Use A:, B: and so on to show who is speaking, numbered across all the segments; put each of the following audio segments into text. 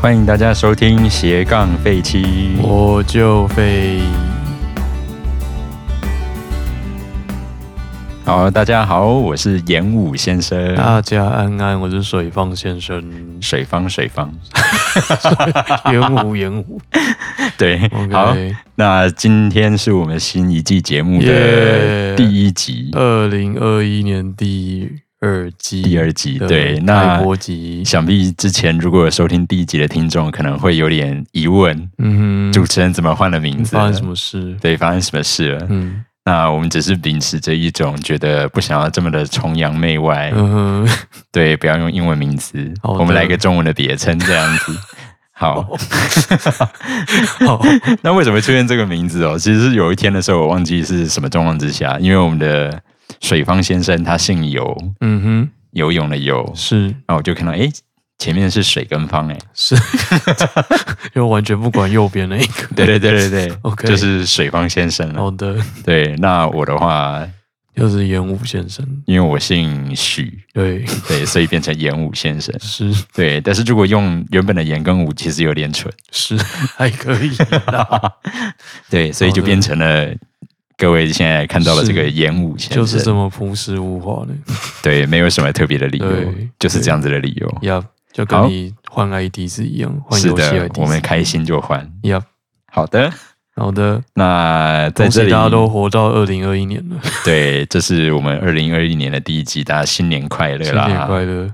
A: 欢迎大家收听斜杠废七。
B: 我就废。
A: 好，大家好，我是演武先生。。
B: 大家安安，我是水放先生
A: 水方水方，
B: 演武演武
A: 对好，
B: ，OK。
A: 那今天是我们新一季节目的
B: Yeah
A: 第一集
B: 二零二一年第二季，
A: 第二集对那
B: 开播集，
A: 想必之前如果有收听第一集的听众，可能会有点疑问，
B: 嗯
A: 主持人怎么换了名
B: 哼，
A: 字？
B: 发生什？么事？
A: 对，发生什么事了？
B: 嗯
A: 那我们只是秉持着一种觉得不想要这么的崇洋媚外，
B: 嗯哼，
A: 对，不要用英文名字，
B: 好的
A: 我们来个中文的别称这样 子。 好，哦
B: 好，
A: 那为什么会出现这个名字哦？其实是有一天的时候，我忘记是什么状况之下，因为我们的水方先生他姓游，
B: 嗯
A: 游泳的游，
B: 哼，是
A: 然后我就看到诶，前面是水跟方诶，
B: 是， 又完全不管右边那一个。
A: 对对对对哦对
B: OK
A: 就是水方先生了。
B: 好的，
A: 对，那我的话，
B: 又是演武先生，
A: 因为我姓许，
B: 对，
A: 对，所以变成演武先生。
B: 是
A: 对，但是如果用原本的演跟武，其实有点蠢。
B: 是还可 以啦，
A: 对，所以就
B: 好的
A: 变成了各位现在看到了这个
B: 哦是
A: 演武先生，
B: 就是这么朴实无华的。
A: 对，没有什么特别的理由
B: 对，
A: 就是这样子的理由。
B: 呀，就
A: 好
B: 跟你换 ID 是一样，换
A: 是
B: 游戏
A: 的
B: ID，，
A: 我们开心就换。
B: 呀，
A: 好的，
B: 好的，
A: 那在
B: 恭
A: 这
B: 喜
A: 里，
B: 大家都活到二零二一年了，
A: 对，这是我们二零二一年的第一集，大家新年快乐
B: 新
A: 啦！
B: 年快乐！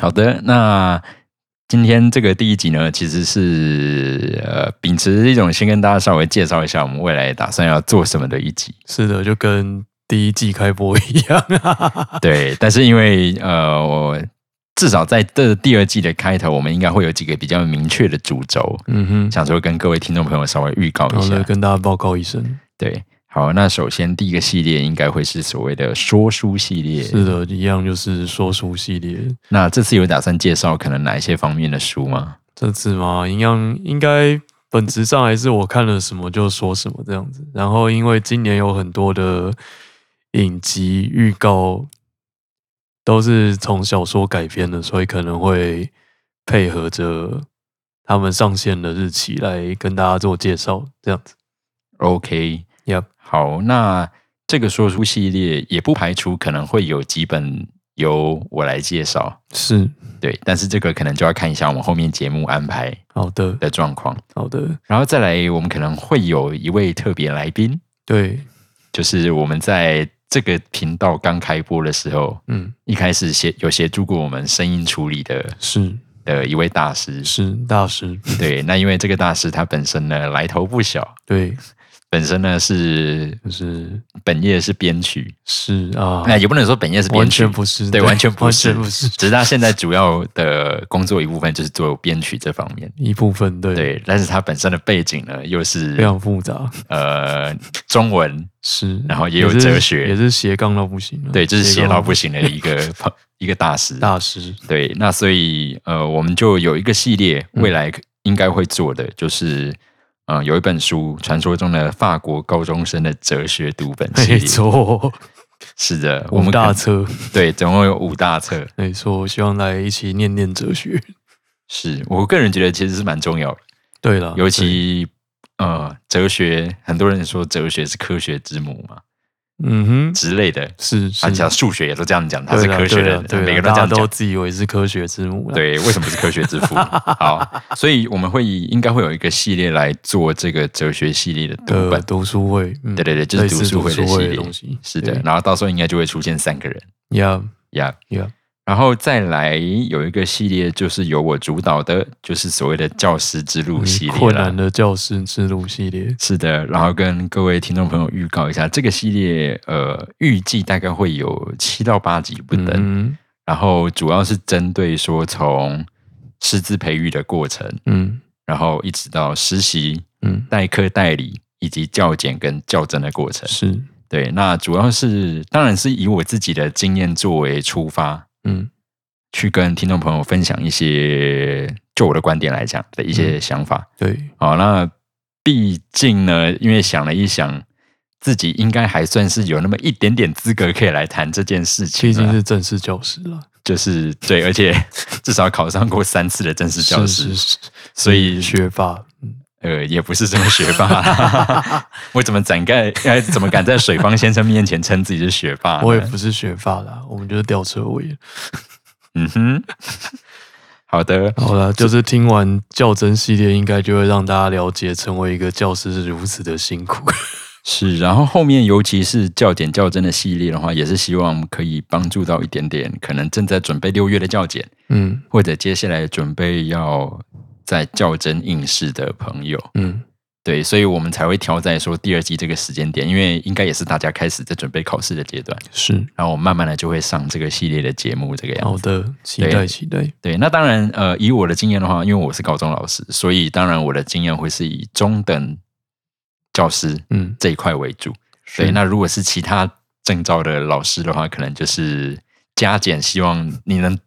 A: 好的，那今天这个第一集呢，其实是呃，秉持一种先跟大家稍微介绍一下我们未来打算要做什么的一集。
B: 是的，就跟第一季开播一样，
A: 对，但是因为呃，我至少在这第二季的开头，我们应该会有几个比较明确的主轴，
B: 嗯哼，
A: 想说跟各位听众朋友稍微预告一
B: 好
A: 下
B: 的，。跟大家报告一声，
A: 对，好，那首先第一个系列应该会是所谓的说书系列。
B: 是的，一样就是说书系列，
A: 那这次有打算介绍可能哪一些方面的书吗？
B: 这次嘛，一样应该。本质上还是我看了什么就说什么这样子，然后因为今年有很多的影集预告都是从小说改编的，所以可能会配合着他们上线的日期来跟大家做介绍，这样子。
A: OK，
B: Yep
A: 好，那这个说书系列也不排除可能会有几本由我来介绍，
B: 是，
A: 对，但是这个可能就要看一下我们后面节目安排
B: 好的，
A: 的状况，
B: 好的，
A: 然后再来我们可能会有一位特别来宾，
B: 对，
A: 就是我们在这个频道刚开播的时候，
B: 嗯，
A: 一开始协有协助过我们声音处理的
B: 是
A: 的一位大师，
B: 是大师，
A: 对，那因为这个大师他本身呢来头不小，
B: 对，
A: 本身呢是
B: 就是
A: 本业是编曲，
B: 是啊，
A: 那也不能说本业是 编
B: 完
A: 曲
B: 全，不是，
A: 对，哦完全不
B: 完
A: 是，
B: 全不是
A: 只是他现在主要的工作一部分就是做编曲这方面，
B: 一部分，对，
A: 对，但是他本身的背景呢又
B: 非
A: 是
B: 常复杂，
A: 呃中文，
B: 是，
A: 然后也
B: 也
A: 有
B: 是
A: 哲学
B: 也是斜杠到不行了，
A: 对，就是写到不
B: 行，
A: 行的一个一个大师，
B: 大师，
A: 对，那所以呃，我们就有一个系列，
B: 嗯
A: 未来应该会做的，就是呃，有一本书，传说中的法国高中生的哲学读本系
B: 没
A: 列，
B: 错，
A: 是的，我
B: 五
A: 们可
B: 大
A: 能
B: 车，
A: 对，总共有五大册，
B: 没错，希望来一起念念哲学。
A: 是我个人觉得其实是蛮重要的，
B: 啊对了，
A: 尤其呃，哲学，很多人说哲学是科学之母嘛
B: 对嗯哼，
A: 之类的，
B: 是
A: 啊，
B: 是，
A: 讲数学也都这样讲，它是
B: 对啦
A: 科学
B: 对
A: 的
B: 啦，对啦
A: 每个人都
B: 大
A: 这
B: 家
A: 样
B: 都
A: 讲。
B: 自以为是科学之母 啦，
A: 对，为什么是科学之 父？好，所以我们会应该会有一个系列来做这个哲学系列的读
B: 的
A: 本。
B: 读书会，嗯
A: 对对对，就是
B: 类似
A: 读书
B: 读
A: 会的
B: 书
A: 系
B: 会
A: 列
B: 东西，
A: 是的，然后到时候应该就会出现三个人
B: 呀
A: 呀。
B: 呀，
A: 然后再来有一个系列，就是由我主导的，就是所谓的教师之路系列
B: 嗯困难
A: 啦。
B: 的教师之路系列，
A: 是的，然后跟各位听众朋友预告一下，这个系列呃预计大概会有七到八集不等，
B: 嗯
A: 然后主要是针对说从师资培育的过程，
B: 嗯
A: 然后一直到实习、
B: 嗯，
A: 代课代理以及教检跟校正的过程。
B: 是，
A: 对，那主要是当然是以我自己的经验作为出发，
B: 嗯
A: 去跟听众朋友分享一些就我的观点来讲的一
B: 嗯
A: 些想法。
B: 对，
A: 好，那毕竟呢，因为想了一想，自己应该还算是有那么一点点资格可以来谈这件事情
B: 毕
A: 啦。
B: 竟是正式教师了，
A: 就是对，而且至少考上过三次的正式教师，
B: 是是
A: 所以
B: 学霸，嗯
A: 呃也不是什么学霸 啦。我怎么展盖？哎，怎么敢在水方先生面前称自己是学霸呢？
B: 我也不是学霸啦，我们就是吊车尾。
A: 嗯哼，好的，
B: 好了，就是听完较真系列，应该就会让大家了解成为一个教师是如此的 辛苦。
A: 是，然后后面尤其是教检教真的系列的话，也是希望可以帮助到一点点可能正在准备六月的教检，
B: 嗯
A: 或者接下来准备要在教真应试的朋友。
B: 嗯，
A: 对，所以我们才会挑在说第二季这个时间点，因为应该也是大家开始在准备考试的阶段，
B: 是
A: 然后我们慢慢的就会上这个系列的节目这个样
B: 好
A: 子。
B: 的，期
A: 对
B: 待期待。
A: 对，那当然，呃，以我的经验的话，因为我是高中老师，所以当然我的经验会是以中等教师
B: 嗯，
A: 这一块为主。
B: 是
A: 对，那如果是其他证照的老师的话，可能就是加减，希望你能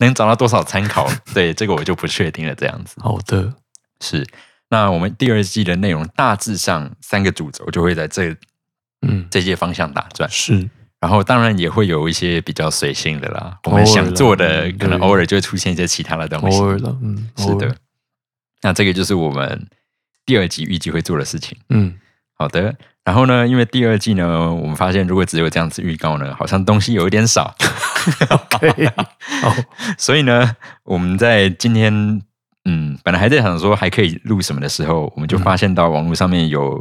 A: 能找到多少参考。对，这个我就不确定了。这样子
B: 好的，
A: 是。那我们第二季的内容大致上三个主轴就会在这
B: 嗯，
A: 这些方向打转，
B: 是
A: 然后当然也会有一些比较随性的啦，我
B: 偶尔
A: 们
B: 啦
A: 想做的
B: 嗯
A: 可能
B: 对
A: 偶尔就会出现一些其他的东西。
B: 偶尔了，嗯，
A: 是
B: 偶尔
A: 的，，哦那这个就是我们第二集预计会做的事情。
B: 嗯，
A: 好的，然后呢，因为第二季呢，我们发现如果只有这样子预告呢，好像东西有一点少，
B: 可以，好，
A: 所以呢，我们在今天，嗯，本来还在想说还可以录什么的时候，我们
B: 嗯
A: 就发现到网络上面有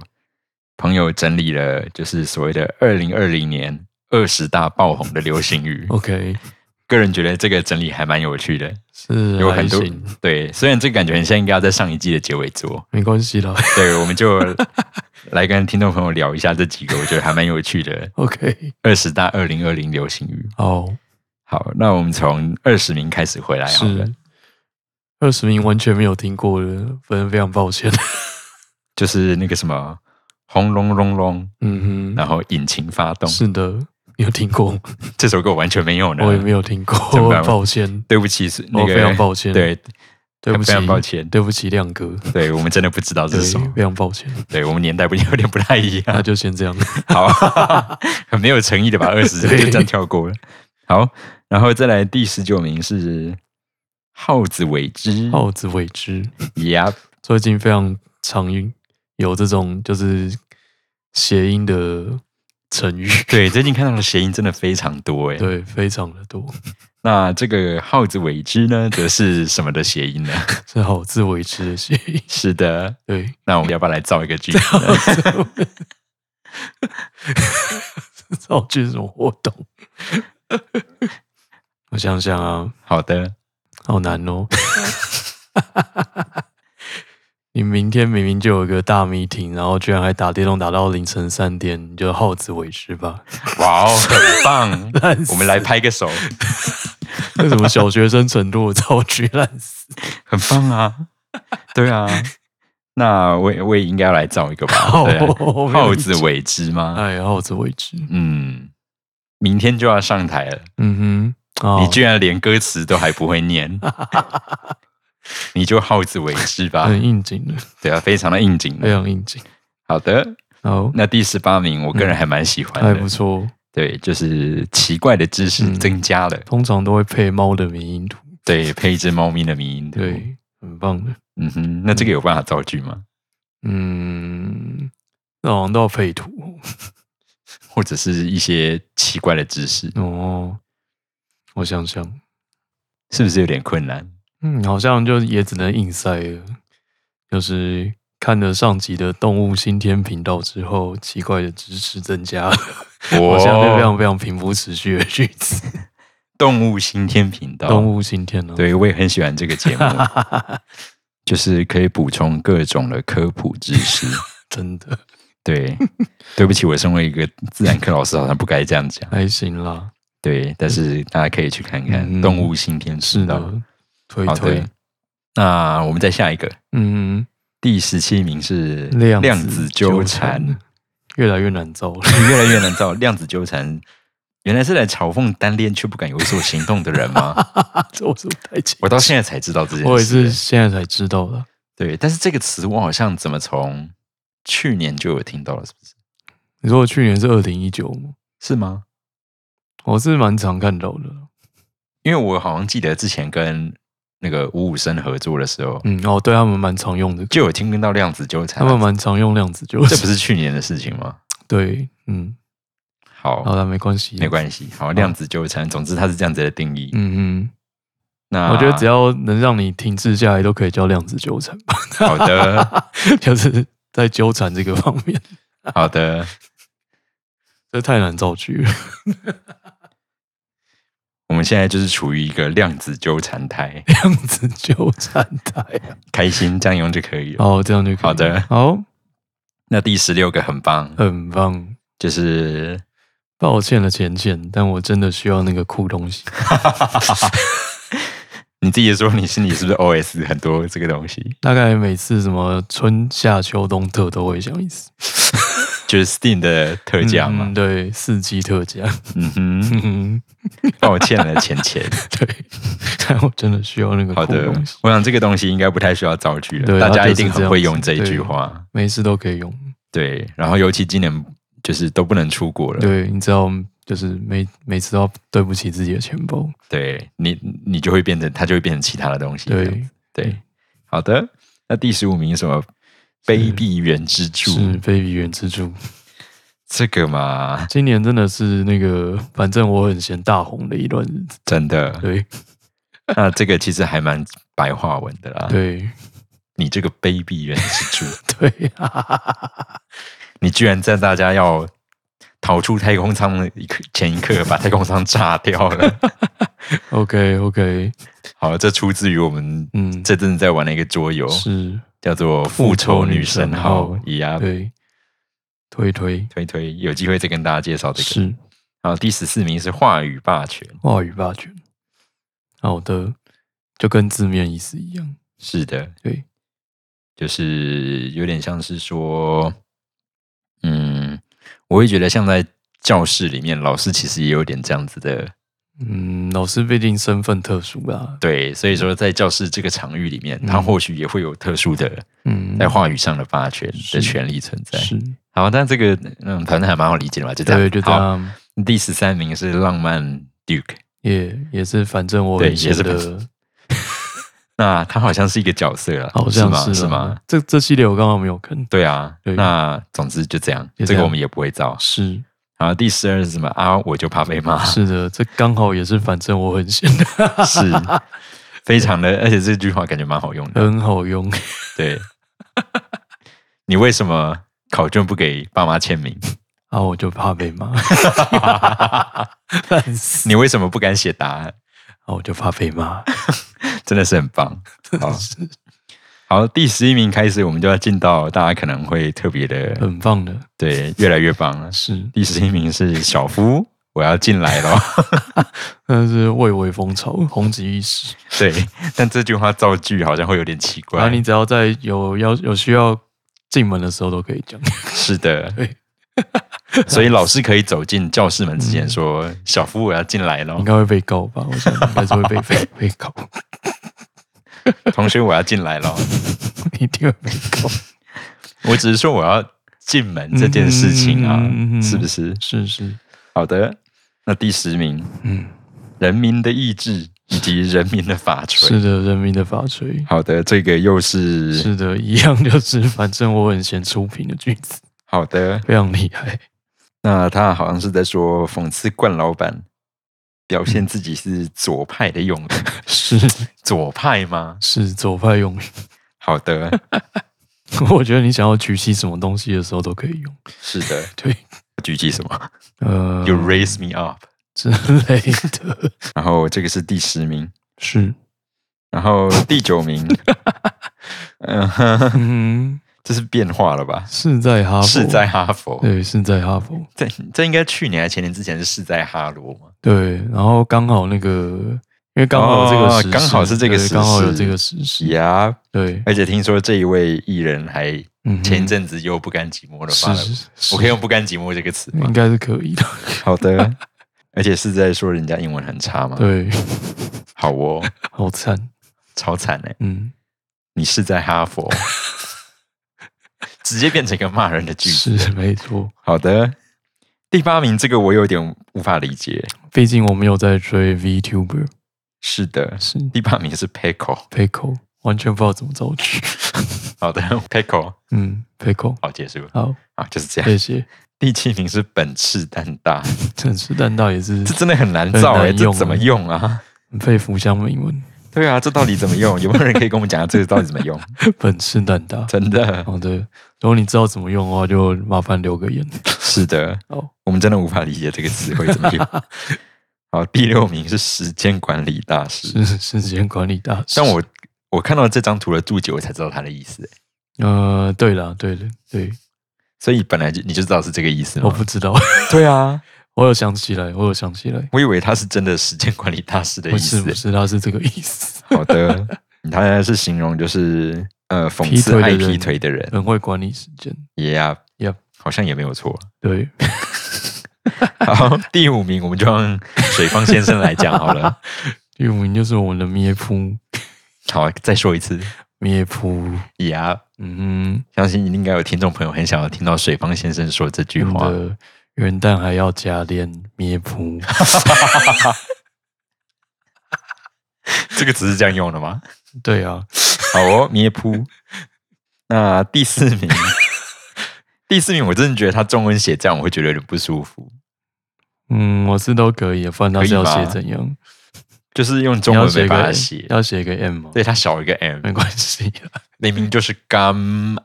A: 朋友整理了，就是所谓的二零二零年二十大爆红的流行语。
B: OK，
A: 个人觉得这个整理还蛮有趣的，
B: 是
A: 有
B: 还
A: 很多
B: 行，
A: 对，虽然这个感觉很像应该要在上一季的结尾做，
B: 没关系啦。
A: 对，我们就来跟听众朋友聊一下这几个，我觉得还蛮有趣的
B: OK，
A: 二十大二零二零流行语。
B: 好，
A: 好，那我们从二十名开始回来好了
B: 是。二十名完全没有听过的，反正非常抱歉。
A: 就是那个什么轰隆隆隆，
B: 嗯
A: 然后引擎发动
B: 哼，是的，你有听 过吗？
A: 这首歌我完全没有呢，
B: 我也没有听 过
A: 怎么办，
B: 抱歉，
A: 对不起，是那
B: 我
A: 个、
B: 非常抱歉，
A: 对，
B: 对不起，
A: 非常抱歉
B: 对不起，亮 哥，
A: 对我们真的不知道这
B: 对
A: 是什么，，
B: 非常抱歉，
A: 对我们年代不有点不太一样
B: 那。就先 这样。
A: 好，很没有诚意的把二十就
B: 对
A: 这样跳过了。好，然后再来第十九名是耗子尾汁，
B: 耗子尾汁
A: 呀，
B: 最近非常常用，有这种就是谐音的 成语，
A: 对，最近看到的谐音真的非常多哎。
B: 对，非常的多。
A: 那这个耗子尾汁呢，则是什么的谐 音呢？
B: 是好自为之的谐 音。
A: 是的，
B: 对，
A: 那我们要不要来造一个句子呢？
B: 造句是什么活动？ 我想想啊，
A: 好的，
B: 好难哦。 你明天明明就有一个大 meeting，然后居然还打电动打到凌晨三点，你就好自为之 吧。
A: 哇哦，很 棒！
B: 烂死
A: 我们来拍个手，
B: 为什么小学生程度的 造句烂死？
A: 很棒啊！对啊，那我也我也应该要来造一个吧？
B: 好
A: 对啊
B: 我没有
A: 耗子尾汁吗？
B: 哎，好自为之。
A: 嗯，明天就要上台了，
B: 嗯哼，哦
A: 你居然连歌词都还不会 念，你就耗子尾汁吧？
B: 很应景的，
A: 对啊，非常的应景
B: 非。常应景。
A: 好的，
B: 好，
A: 那第十八名，我个人还蛮喜欢的，
B: 还嗯哎不错。
A: 对，就是奇怪的知识
B: 嗯
A: 增加了，
B: 通常都会配猫的迷因图，
A: 对，配一只猫咪的迷音，，
B: 对，很棒的。
A: 嗯哼，那这个有办法造句吗？
B: 嗯，那好像都要配图
A: 或者是一些奇怪的知识，
B: 哦。我想想，
A: 是不是有点困难？
B: 嗯，好像就也只能硬塞了。就是看了上集的动物新天频道之后，奇怪的知识增加了，好像就
A: 哦，
B: 非常非常平铺持续的句子。
A: 动物新天频道，
B: 动物新天哦呢？，
A: 对我也很喜欢这个 节目，就是可以补充各种的科普知识。
B: 真的
A: 对，对不起，我身为一个自然课老师，好像不该这样讲。
B: 还行啦，
A: 对，但是大家可以去看看
B: 嗯
A: 《动物新天
B: 是
A: 频道》。
B: 的，推
A: 好
B: 推
A: 的，，那我们再下一个，
B: 嗯，
A: 第十七名是
B: 量
A: 量
B: 子
A: 子纠缠，
B: 越来越难造了。
A: 你越来越难造。量子纠缠原来是来嘲讽单恋却不敢有所行动的人吗？
B: 这我是不太清楚
A: 我到现在才知道这件事。
B: 我也是现在才知道的。
A: 对，但是这个词我好像怎么从去年就有听到了，是不是？
B: 你说我去年是二零一九吗？
A: 是吗？
B: 我是蛮常看到的。
A: 因为我好像记得之前跟那个五五生合作的时候，
B: 嗯，哦，对他们蛮常用的，
A: 就有听跟到量子纠缠啊
B: 他，们蛮常用量子纠
A: 这
B: 缠，
A: 不是去年的事情吗？
B: 对，嗯，好
A: 好，
B: 了，没关系，
A: 哦没关系，好，量子纠缠，总之它是这样子的定义。
B: 嗯
A: 那啊
B: 嗯，我觉得只要能让你停滞下来，都可以叫量子纠缠吧，
A: 好的，
B: 就是在纠缠这个方面，
A: 好的，
B: 这太难造 句了。
A: 我们现在就是处于一个量子纠缠 态，
B: 量子纠缠台啊
A: 开心这样用就可以了。
B: 哦，这样就可 以
A: 好的
B: 好，
A: 那第十六个很棒，
B: 很棒。
A: 就是
B: 抱歉了，浅浅，但我真的需要那个酷东西。
A: 你自己说你心里是不是 OS 很多这个东西？
B: 大概每次什么春夏秋冬特都会想一次
A: 就是 Steam 的特价
B: 嗯
A: 嘛。
B: 对，四季特价。
A: 嗯哼，
B: 嗯，
A: 抱歉了，钱 钱。
B: 对，但我真的需要那个
A: 好
B: 酷
A: 的
B: 东西，，
A: 我想这个东西应该不太需要造句了，
B: 对
A: 大
B: 它
A: 家
B: 就
A: 一定
B: 是这
A: 很
B: 样
A: 会
B: 子
A: 用这一
B: 对
A: 句话。
B: 每次都可以用。
A: 对，然后尤其今年就是都不能出国了，
B: 对，你知道，就是每每次都要对不起自己的钱包。
A: 对你你就会变成它就会变成其他的东西。
B: 对，
A: 对，好的。那第十五名是什么？卑鄙人之
B: 是
A: 助，
B: 非比原之助。
A: 这个嘛，
B: 今年真的是那个， 反正我很闲大红的一段日子。
A: 真的。
B: 对
A: 那这个其实还蛮白话文的啦。
B: 对
A: 你这个卑鄙人之助，
B: 对，啊哈哈哈哈哈
A: 你居然在大家要逃出太空舱的一刻前一刻，把太空舱炸掉了。
B: OK OK，
A: 好，这出自于我们
B: 嗯，
A: 这阵子在玩的一个桌游，
B: 是
A: 叫做《复仇女神号》以啊，
B: 对，推推
A: 推推，有机会再跟大家介绍这个。
B: 是
A: 然后第十四名是话语霸权，
B: 话语霸权。好的，就跟字面意思一样。
A: 是的，
B: 对，
A: 就是有点像是说，嗯，我会觉得像在教室里面，老师其实也有点这样子的，
B: 嗯，老师毕竟身份特殊啦，
A: 对，所以说在教室这个场域里面，他
B: 嗯
A: 或许也会有特殊的
B: 嗯，
A: 在话语上的霸权的
B: 是
A: 权利存在。
B: 是，
A: 好，但这个嗯，反正还蛮好理解的嘛，就这样，
B: 对，就这
A: 好。
B: 样，
A: 第十三名是浪漫 Duke，
B: 也也是，反正我
A: 对
B: 很
A: 也
B: 闲
A: 是
B: 的，
A: 那他好像是一个角色了，
B: 好像
A: 是吗？是
B: 啦
A: 吗？？
B: 这这系列我刚好没有看，
A: 对啊，
B: 对
A: 那总之就这样，
B: 就这
A: 这
B: 样
A: 个我们也不会造。
B: 是
A: 然后第十二是什么啊？我就怕被骂，
B: 是的，这刚好也是，反正我很闲的，
A: 是非常的，而且这句话感觉蛮好用的。
B: 很好用。
A: 对，你为什么考卷不给爸妈签名？
B: 然啊后我就怕被骂，烂死。
A: 你为什么不敢写答案？
B: 然啊后我就怕被骂，
A: 真的是很棒。好
B: 是
A: 好，第十一名开始，我们就要进到大家可能会特别的
B: 很棒的，
A: 对，越来越棒了。
B: 是，
A: 第十一名是小夫，我要进来 了。
B: 那是蔚为风潮，红极一时。
A: 对，但这句话造句好像会有点奇
B: 然
A: 怪
B: 后。你只要在有要有需要进门的时候都可以讲，
A: 是的
B: 对，
A: 所以老师可以走进教室门之前说：“小夫，我要进来了
B: 应。该会被告吧？我想应该是会被被被告，
A: 同学，我要进来了。
B: 一定会被告。
A: 我只是说我要进门这件事情啊，
B: 嗯嗯嗯嗯嗯
A: 是不是？
B: 是是，
A: 好的，那第十名，
B: 嗯，
A: 人民的意志以及人民的法锤。
B: 是的，人民的法锤。
A: 好的，这个又是
B: 是的，一样就是，反正我很闲出品的句子，
A: 好的。
B: 非常厉害。
A: 那他好像是在说讽刺冠老板，表现自己是左派的用人，
B: 是
A: 左派吗？
B: 是左派用语，
A: 好的，
B: 我觉得你想要举起什么东西的时候都可以用。
A: 是的，
B: 对，
A: 举起什么
B: 呃，
A: ？You raise me up。
B: 之类的，
A: 然后这个是第十名，
B: 是，
A: 然后第九 名，嗯，
B: 嗯，
A: 这是变化了吧？
B: 是在哈佛，
A: 是在哈佛，
B: 对，是在哈佛。
A: 这这应该去年还前年之前是是在哈罗嘛？
B: 对，然后刚好那个，因为刚好有这
A: 哦
B: 个时事，
A: 刚好是这个
B: 对
A: 时
B: 刚好有
A: 事
B: 这个时事，
A: 呀、
B: 对，
A: 而且听说这一位艺人还
B: 嗯哼
A: 前一阵子又不甘寂寞的发
B: 是
A: 了，
B: 是是
A: 我可以用不甘寂寞这个词吗
B: 应？该是可以的，
A: 好 的，而且是在说人家英文很差嘛？
B: 对，
A: 好哦，
B: 好惨，
A: 超惨哎、
B: 嗯，
A: 你是在哈佛，直接变成一个骂人的句子。
B: 是没错，
A: 好的，第八名这个我有点无法理解，
B: 毕竟我没有在追 VTuber，
A: 是的，
B: 是
A: 第八名是 Pickle。
B: Pickle，完全不知道怎么造句。
A: 好的，Pickle，
B: 嗯，Pickle，
A: 好结束
B: 好，
A: 啊，就是这
B: 谢
A: 样。
B: 谢。
A: 第七名是本赤蛋大，
B: 真是蛋大也是
A: 这真的很难造
B: 很难
A: 哎、这
B: 用
A: 怎么
B: 欸
A: 用啊？
B: 很佩服像英文，
A: 对啊，这到底怎么用？有没有人可以跟我们讲下这个到底怎么用？
B: 本事蛋大。
A: 真的
B: 好的，如果你知道怎么用的话，就麻烦留个言。
A: 是的，
B: 哦，
A: 我们真的无法理解这个词汇怎么 用。好，第六名是时间管理大师，
B: 是时间管理大师。
A: 但我我看到这张图的注解，我才知道它的意思欸。
B: 呃，对了，对了，对，
A: 所以本来就你就知道是这个意思
B: 我
A: 吗？
B: 不知道，
A: 对啊，
B: 我有想起来，我有想起来，
A: 我以为他是真的时间管理大师的意
B: 不是
A: 思
B: 不
A: 欸。
B: 是，他是这个意 思，
A: 好的，他是形容就是呃讽
B: 劈
A: 刺
B: 腿的
A: 爱
B: 人
A: 劈腿的人，
B: 很会管理时间。
A: 也呀
B: Yep
A: 好像也没有错。
B: 对，
A: 好，第五名我们就让水方先生来讲好了。
B: 第五名就是我们的咩噗
A: 好，再说一次，
B: 咩噗，
A: 也呀。
B: 嗯
A: 相信应该有听众朋友很想要听到水方先生说这
B: 哼，
A: 句
B: 我
A: 话。
B: 们的元旦还要加练 咩噗，
A: 这个只是这样用的吗？
B: 对啊，
A: 好哦，咩噗。那第四名， 第四名，我真的觉得他中文写这样，我会觉得有点不舒服。
B: 嗯，我是都可以，反正他是要
A: 可以
B: 写
A: 吧
B: 怎样，
A: 就是用
B: 你
A: 中
B: 要
A: 文
B: 写
A: 没
B: 个
A: 办法
B: M-
A: 写，
B: 要嗯写个 M 吗？
A: 对，他小一个 m，
B: 没关系啊 啦
A: 明明就是甘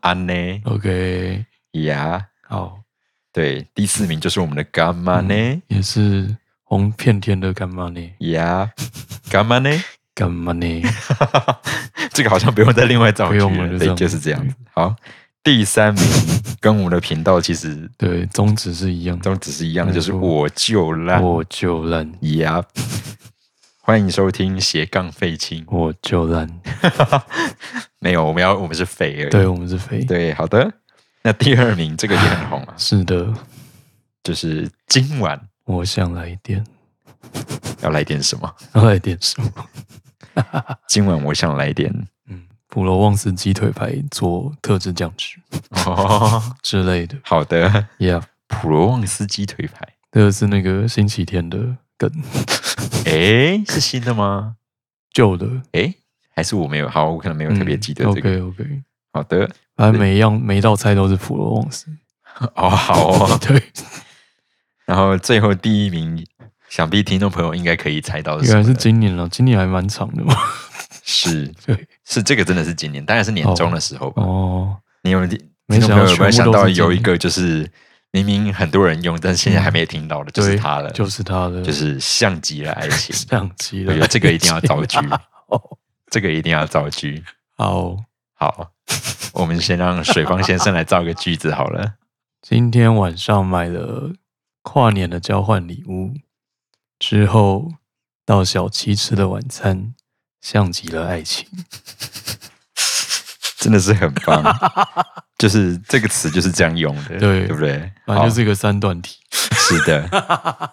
A: 安呢
B: ，OK，
A: 呀。
B: 好，
A: 对，第四名就是我们的干
B: 嗯
A: 妈呢
B: 也是红遍天的干嘛呢？
A: 呀， 干妈呢？
B: 干嘛呢？
A: 这个好像不用再另外造
B: 不
A: 句
B: 用了
A: 了，对，
B: 就这样
A: 就是
B: 子
A: 这样子。好，第三名跟我们的频道其实
B: 对，宗旨是一样的。
A: 都只是一样的，
B: 没
A: 就是
B: 错
A: 我就烂
B: 我就烂，
A: 呀。 欢迎收听斜杠废青，
B: 我就烂。
A: 没有，我们要我们是废而已。
B: 对我们是肥，
A: 对好的。那第二名这个也很红啊，
B: 是的，
A: 就是今晚
B: 我想来一点，
A: 要来点什么？
B: 要来点什么？
A: 今晚我想来点
B: 嗯，普罗旺斯鸡腿排做特制酱汁
A: 哦，
B: 之类的。
A: 好的，
B: Yeah，
A: 普罗旺斯鸡腿排。
B: 这个是那个星期天的梗，
A: 诶，是新的吗？
B: 旧的。
A: 诶，还是我没有？好，我可能没有特别记得这个。
B: 嗯 OK OK，
A: 好的，
B: 反正每一样每一道菜都是普罗旺斯。
A: 哦，好哦。
B: 对，
A: 然后最后第一名，想必听众朋友应该可以猜到是什
B: 原来
A: 么
B: 是
A: 了
B: 今年了，今年还蛮长 的嘛。
A: 是
B: 对，
A: 是这个真的是今年，大概是年终的时候吧。
B: 哦，
A: 你有听
B: 没
A: 听众
B: 想
A: 朋
B: 到
A: 友有没有
B: 全
A: 想
B: 部都
A: 到
B: 是今
A: 有一
B: 年嗯
A: 个就是明明很多人用，但现在还没听到的，就是
B: 对
A: 它了，
B: 就是他的，
A: 就是像极了爱 情。
B: 相机
A: 我
B: 了。
A: 觉得这个一定要造句，
B: 哦
A: 这个一定要造句。
B: 好。
A: 好，我们先让水方先生来造个句子好了。
B: 今天晚上买了跨年的交换礼物，之后到小七吃的晚餐，像极了爱情。
A: 真的是很 棒，就是这个词就是这样用的，
B: 对
A: 对不对？
B: 反
A: 好
B: 正就是一个三段体。
A: 是 的，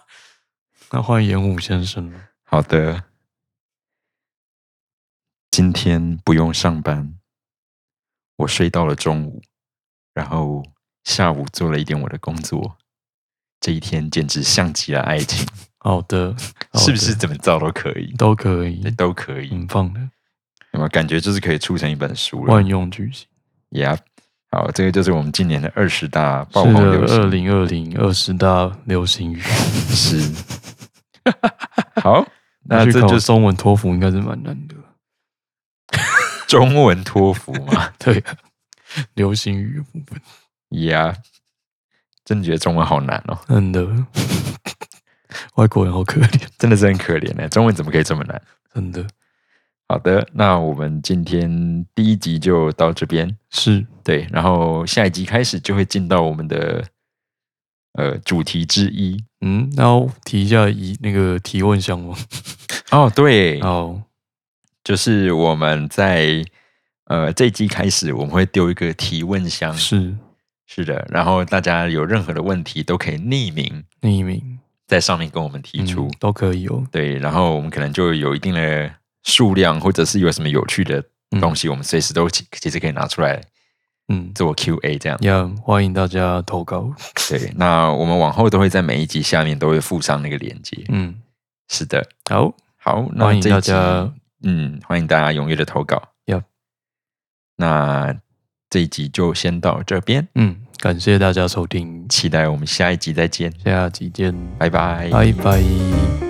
B: 那换演武先生了，
A: 好的。今天不用上班，我睡到了中午，然后下午做了一点我的工作。这一天简直像极了爱情，
B: 好的，好的
A: 是不是怎么造都可以，
B: 都可以
A: 对，？都可以。
B: 很棒的，
A: 那么感觉就是可以出成一本书了
B: 万。用句型。
A: Yeah，好，这个就是我们今年的二十大爆
B: 是
A: 红
B: 的，
A: 流行
B: 二零二零二十大流行 语。
A: 是。好，那
B: 去
A: 这
B: 考
A: 就是
B: 中文托福，应该是蛮难的。
A: 中文托福 嘛？
B: 对、啊，流行语的部分，
A: 呀、真的觉得中文好难哦，
B: 真的， 外国人好可怜，
A: 真的是很可怜呢。中文怎么可以这么难？
B: 真的
A: 好的，那我们今天第一集就到这边，
B: 是。
A: 对，然后下一集开始就会进到我们的呃主题之一
B: 嗯，那我提一下一那个提问项 目。
A: 哦，对，
B: 好，
A: 就是我们在呃这一集开始我们会丢一个提问箱，
B: 是
A: 是的，然后大家有任何的问题都可以匿名
B: 匿名
A: 在上面跟我们提出。
B: 嗯都可以哦。
A: 对，然后我们可能就有一定的数量，或者是有什么有趣的东西，我们随时都其其实可以拿出来
B: 嗯，
A: 做 Q&A 这样。
B: 呀，欢迎大家投稿。
A: 对，那我们往后都会在每一集下面都会附上那个链接。
B: 嗯，
A: 是的，
B: 好，
A: 好，那
B: 欢迎
A: 这一
B: 大
A: 集
B: 家，
A: 嗯，欢迎大家踊跃的投稿。
B: Yep
A: 那这一集就先到这边，
B: 嗯，感谢大家收听，
A: 期待我们下一集再见，
B: 下集见，
A: 拜拜，
B: 拜拜